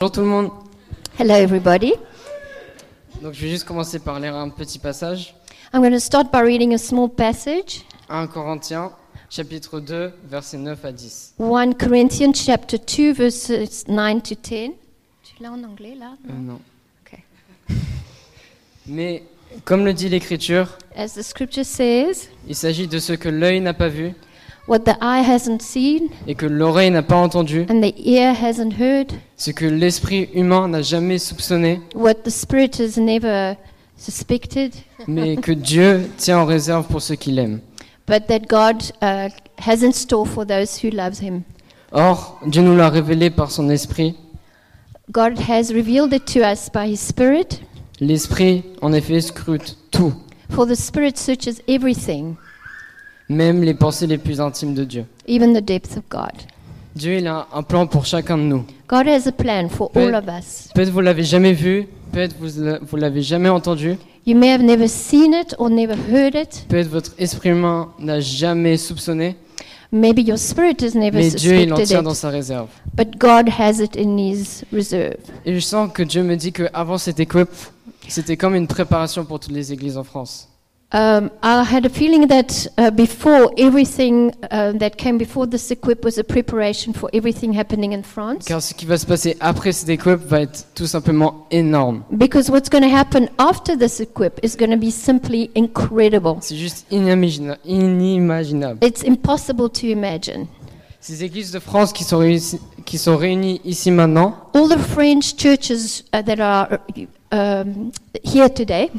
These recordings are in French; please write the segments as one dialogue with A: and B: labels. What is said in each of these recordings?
A: Bonjour tout le monde.
B: Hello, everybody.
A: Donc je vais juste commencer par lire un petit passage.
B: I'm going to start by reading a small passage
A: 1 Corinthiens, chapitre 2, versets 9 à 10.
B: 1 Corinthians chapter 2, verses 9 to 10. Tu l'as en anglais, là
A: Euh,
B: Non.
A: non.
B: Ok.
A: Mais, comme le dit l'Écriture,
B: As the scripture says,
A: il s'agit de ce que l'œil n'a pas vu
B: what the eye hasn't seen
A: et que l'oreille n'a pas entendu,
B: and the ear hasn't heard,
A: ce que l'esprit humain n'a jamais soupçonné,
B: what the spirit has never suspected,
A: mais que Dieu tient en réserve pour ceux qui l'aiment.
B: but that God uh, has in store for those who loves Him.
A: Or, Dieu nous l'a révélé par son esprit.
B: God has revealed it to us by His Spirit,
A: L'esprit, en effet, scrute tout,
B: for the Spirit searches everything,
A: même les pensées les plus intimes de Dieu.
B: even the depth of God.
A: Dieu, il a un plan pour chacun de nous.
B: God has a plan for all
A: Peut-
B: of us.
A: Peut-être vous l'avez jamais vu, peut-être vous l'a- vous l'avez jamais entendu,
B: You may have never seen it or never heard it.
A: peut-être votre esprit humain n'a jamais soupçonné,
B: Maybe your spirit has never
A: mais Dieu il en
B: suspected
A: tient dans
B: it.
A: sa réserve.
B: But God has it in His reserve.
A: Et je sens que Dieu me dit que avant cette équipe, c'était comme une préparation pour toutes les églises en France.
B: Um, I had a feeling that uh, before everything uh, that came before this equip was a preparation for everything happening in France.
A: Car ce qui va se passer après cette équipe va être tout simplement énorme.
B: Because what's going to happen after this equip is going to be simply incredible.
A: C'est juste inimagina- inimaginable.
B: It's impossible to imagine.
A: Ces églises de France qui sont, réunies, qui sont réunies ici maintenant,
B: All the French churches uh, that are uh, um, here today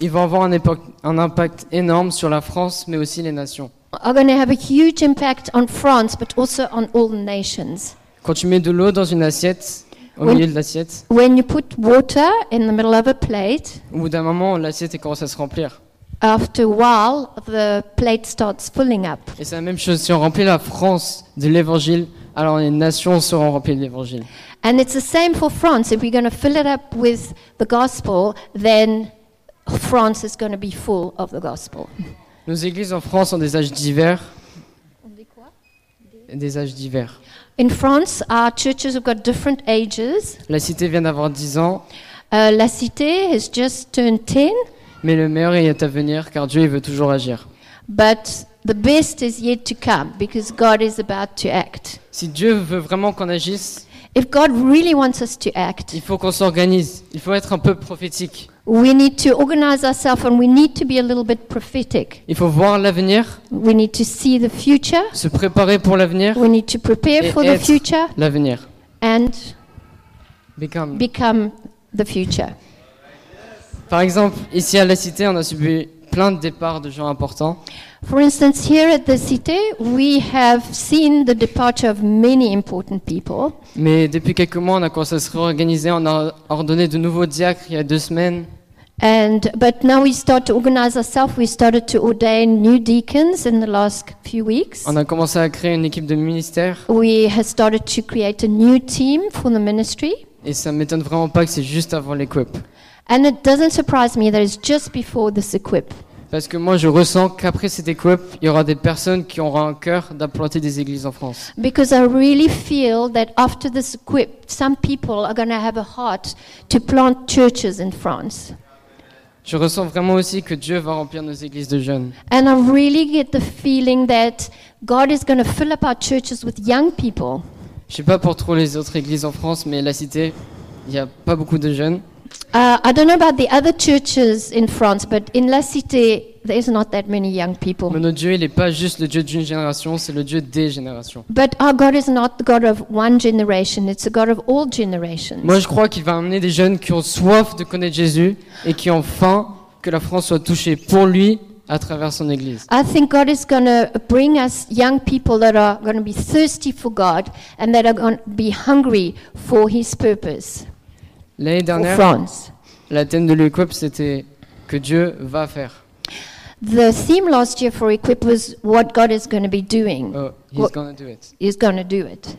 A: ils vont avoir un, époque- un impact énorme sur la France, mais aussi les nations.
B: are going to have a huge impact on France, but also on all the nations.
A: Quand tu mets de l'eau dans une assiette, au
B: Oui.
A: milieu de l'assiette,
B: When you put water in the middle of a plate,
A: au bout d'un moment, l'assiette elle commence à se remplir.
B: after a while, the plate starts filling up.
A: Et c'est la même chose, si on remplit la France de l'évangile, alors les nations seront remplies de l'évangile.
B: And it's the same for France. If we're going to fill it up with the gospel, then France is going to be full of the gospel.
A: Nos églises en France ont des âges divers. Des âges divers.
B: In France, our churches have got different ages.
A: La cité vient d'avoir 10 ans,
B: Uh, La Cité has just turned 10,
A: mais le meilleur est à venir car Dieu il veut toujours agir.
B: but the best is yet to come because God is about to act.
A: Si Dieu veut vraiment qu'on agisse,
B: If God really wants us to act,
A: il faut qu'on s'organise, il faut être un peu prophétique.
B: we need to organize ourselves and we need to be a little bit prophetic.
A: Il faut voir l'avenir,
B: We need to see the future,
A: se préparer pour l'avenir,
B: we need to prepare
A: Et
B: for the
A: être.
B: future,
A: l'avenir.
B: and
A: Become.
B: become the future.
A: Par exemple, ici à la Cité, on a subi plein de départs de gens importants.
B: For instance, here at the Cité, we have seen the departure of many important people.
A: Mais depuis quelques mois, on a commencé à se réorganiser. On a ordonné de nouveaux diacres il y a deux semaines.
B: And but now we start to organize ourselves. We started to ordain new deacons in the last few weeks.
A: On a commencé à créer une équipe de ministère.
B: We have started to create a new team for the ministry.
A: Et ça m'étonne vraiment pas que c'est juste avant l'équipe.
B: And it doesn't surprise me that it's just before this equip.
A: Parce que moi, je ressens qu'après cette équipe, il y aura des personnes qui auront un cœur d'implanter des églises en France.
B: Because I really feel that after this equip, some people are going to have a heart to plant churches in France.
A: Je ressens vraiment aussi que Dieu va remplir nos églises de jeunes.
B: And I really get the feeling that God is going to fill up our churches with young people.
A: Je sais pas pour trop les autres églises en France, mais la Cité, il n'y a pas beaucoup de jeunes.
B: Uh, I don't know about the other churches in France, but in La Cité, there's not that many young
A: Mais
B: people.
A: notre Dieu, il n'est pas juste le Dieu d'une génération, c'est le Dieu des générations.
B: But our God is not the God of one generation, it's the God of all generations.
A: Moi, je crois qu'il va amener des jeunes qui ont soif de connaître Jésus et qui ont faim que la France soit touchée pour lui à travers son Église.
B: I think God is going to bring us young people that are going to be thirsty for God and that are going to be hungry for His purpose
A: L'année
B: for
A: dernière,
B: France.
A: la thème de l'Equip, c'était que Dieu va faire.
B: The theme last year for Equip was what God is going to be doing.
A: Oh, he's
B: Ouais.
A: gonna do it.
B: He's going to do it.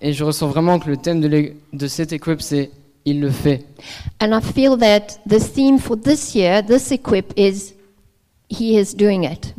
A: Et je ressens vraiment que le thème de, l'é- de cette Equip, c'est il le fait.
B: And I feel that the theme for this year, this equip, is He is doing it.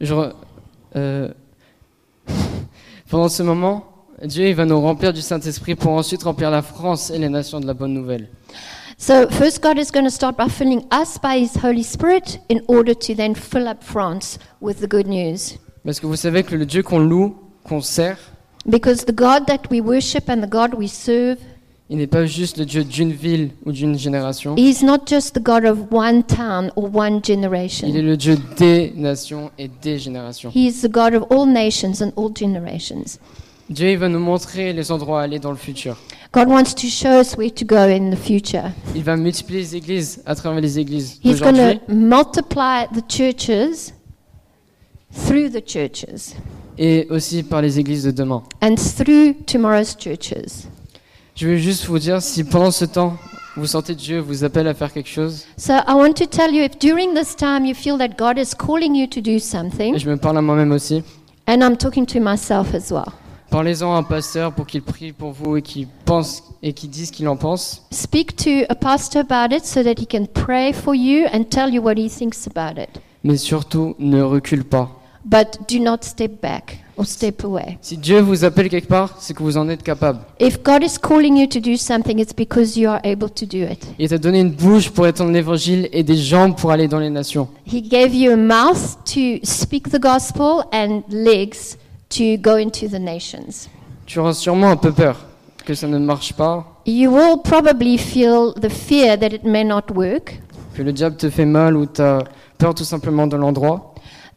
A: Je re- euh, Pendant ce moment, Dieu il va nous remplir du Saint-Esprit pour ensuite remplir la France et les nations de la bonne nouvelle.
B: So, first, God is going to start by filling us by His Holy Spirit in order to then fill up France with the good news.
A: Parce que vous savez que le Dieu qu'on loue, qu'on sert,
B: Because the God that we worship and the God we serve,
A: il n'est pas juste le Dieu d'une ville ou d'une génération,
B: He's not just the God of one town or one
A: il est
B: generation,
A: le Dieu des nations et des générations.
B: He is the God of all nations and all generations.
A: Dieu il va nous montrer les endroits à aller dans le futur.
B: God wants to show us where to go in the future.
A: Il va multiplier les églises à travers les églises
B: He's going
A: d'aujourd'hui.
B: to multiply the churches through the churches
A: et aussi par les églises de demain.
B: and through tomorrow's churches.
A: Je veux juste vous dire si pendant ce temps, vous sentez Dieu vous appelle à faire quelque chose,
B: So I want to tell you if during this time you feel that God is calling you to do
A: et
B: something,
A: je me parle à moi-même aussi,
B: and I'm talking to myself as well,
A: parlez-en à un pasteur pour qu'il prie pour vous et qu'il pense et qu'il dise ce qu'il en pense.
B: speak to a pastor about it so that he can pray for you and tell you what he thinks about it.
A: Mais surtout, ne recule pas.
B: But do not step back or step away.
A: Si Dieu vous appelle quelque part, c'est que vous en êtes capable.
B: If God is calling you to do something, it's because you are able to do it.
A: Il t'a donné une bouche pour étendre l'évangile et des jambes pour aller dans les nations.
B: He gave you a mouth to speak the gospel and legs to go into the nations.
A: Tu auras sûrement un peu peur que ça ne marche pas,
B: You will probably feel the fear that it may not work,
A: que le diable te fait mal ou tu as peur tout simplement de l'endroit.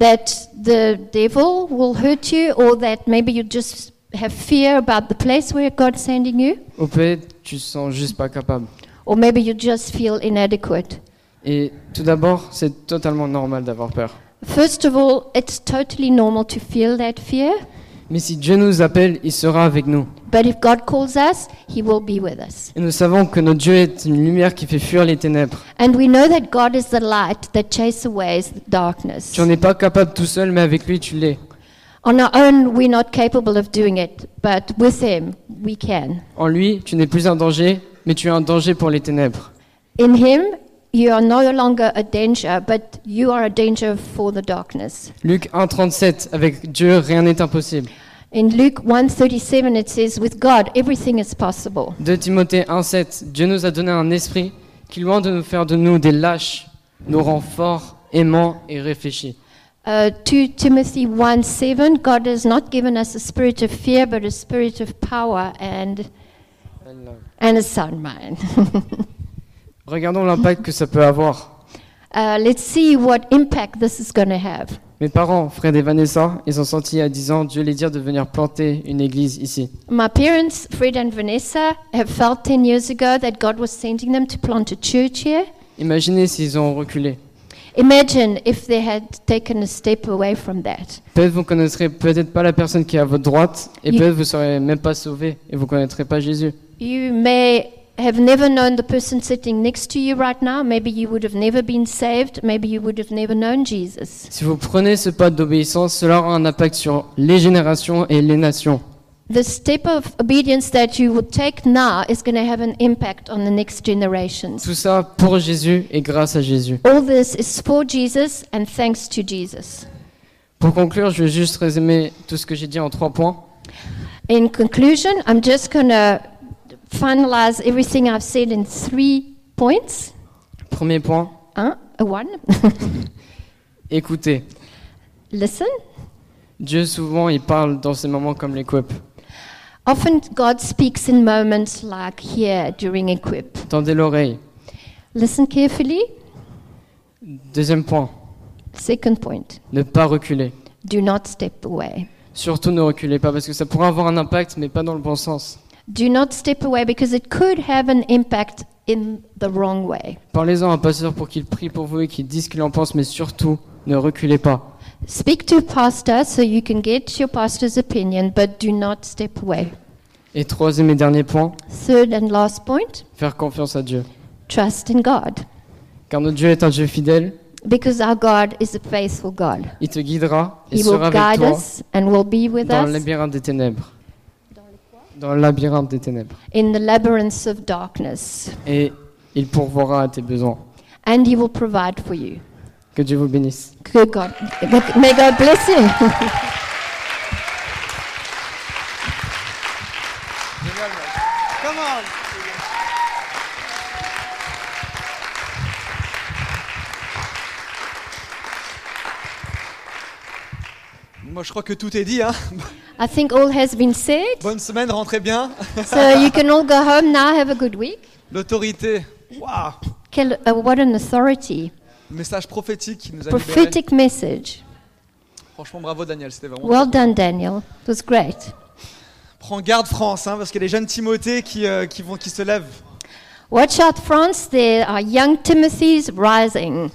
B: that the devil will hurt you, or that maybe you just have fear about the place where God's sending you,
A: Au pire, tu te sens juste pas capable.
B: or maybe you just feel inadequate.
A: Et tout d'abord, c'est totalement normal d'avoir peur.
B: First of all, it's totally normal to feel that fear,
A: Mais si Dieu nous appelle, il sera avec nous.
B: but if God calls us, He will be with us.
A: Et nous savons que notre Dieu est une lumière qui fait fuir les ténèbres.
B: And we know that God is the light that chases away the darkness.
A: Tu n'en es pas capable tout seul, mais avec lui, tu l'es.
B: On our own, we're not capable of doing it, but with Him, we can.
A: En lui, tu n'es plus un danger, mais tu es un danger pour les ténèbres.
B: In Him, you are no longer a danger, but you are a danger for the darkness.
A: Luc 1,37, avec Dieu, rien n'est impossible.
B: In Luke 1:37, it says, "With God, everything is possible."
A: 2 Timothée 1,7, Dieu nous a donné un esprit qui, loin de nous faire de nous des lâches, nous rend forts, aimants et réfléchis.
B: Uh, 2 Timothy 1:7, God has not given us a spirit of fear, but a spirit of power and and a sound mind.
A: Regardons l'impact que ça peut avoir.
B: uh, let's see what impact this is going to have.
A: Mes parents, Fred et Vanessa, ils ont senti à 10 ans Dieu les dire de venir planter une église ici.
B: My parents, Fred and Vanessa, have felt 10 years ago that God was sending them to plant a church here.
A: Imaginez s'ils ont reculé.
B: Imagine if they had taken a step away from that.
A: Peut-être vous connaîtrez peut-être pas la personne qui est à votre droite et
B: Il-
A: peut-être vous serez même pas sauvé et vous connaîtrez pas Jésus.
B: You may have never known the person sitting next to you right now. Maybe you would have never been saved. Maybe you would have never known Jesus.
A: Si vous prenez ce pas d'obéissance, cela aura un impact sur les générations et les nations.
B: The step of obedience that you would take now is going to have an impact on the next generations.
A: Tout ça pour Jésus et grâce à Jésus.
B: All this is for Jesus and thanks to Jesus.
A: Pour conclure, je vais juste résumer tout ce que j'ai dit en trois points.
B: In conclusion, I'm just going to finalize everything I've said in three points.
A: Premier point,
B: Un, a one,
A: écoutez.
B: listen.
A: Dieu souvent il parle dans ces moments comme les coupes.
B: Often God speaks in moments like here during equip.
A: Tendez l'oreille.
B: Listen carefully.
A: Deuxième point,
B: Second point,
A: ne pas reculer.
B: do not step away.
A: Surtout ne reculez pas parce que ça pourrait avoir un impact mais pas dans le bon sens.
B: Do not step away because it could have an impact in the wrong way.
A: Parlez-en à un pasteur pour qu'il prie pour vous et qu'il dise ce qu'il en pense, mais surtout, ne reculez pas.
B: Speak to a pastor so you can get your pastor's opinion, but do not step away.
A: Et troisième et dernier point,
B: Third and last point,
A: faire confiance à Dieu.
B: trust in God.
A: Car notre Dieu est un Dieu fidèle,
B: Because our God is a faithful God.
A: il te guidera et
B: He
A: sera
B: will
A: avec
B: guide
A: toi
B: us and will be with
A: dans le
B: us
A: labyrinthe des ténèbres. Dans le labyrinthe des ténèbres.
B: in the labyrinths of darkness.
A: Et il pourvoira à tes besoins.
B: And He will provide for you.
A: Que Dieu vous bénisse.
B: Good God. May God bless you.
C: Moi, je crois que tout est dit. Hein.
B: I think all has been said.
C: Bonne semaine, rentrez bien.
B: So you can all go home now. Have a good week.
C: L'autorité. Waouh
B: Quelle- uh, what an authority.
C: Le Message prophétique qui nous a libérés.
B: Prophetic message.
C: Franchement, bravo Daniel, c'était vraiment.
B: Well done, Daniel. It was great.
C: Prends garde France, hein, parce qu'il y a des jeunes Timothée qui, euh, qui, vont, qui se lèvent.
B: Watch out, France. There are young Timothy's rising.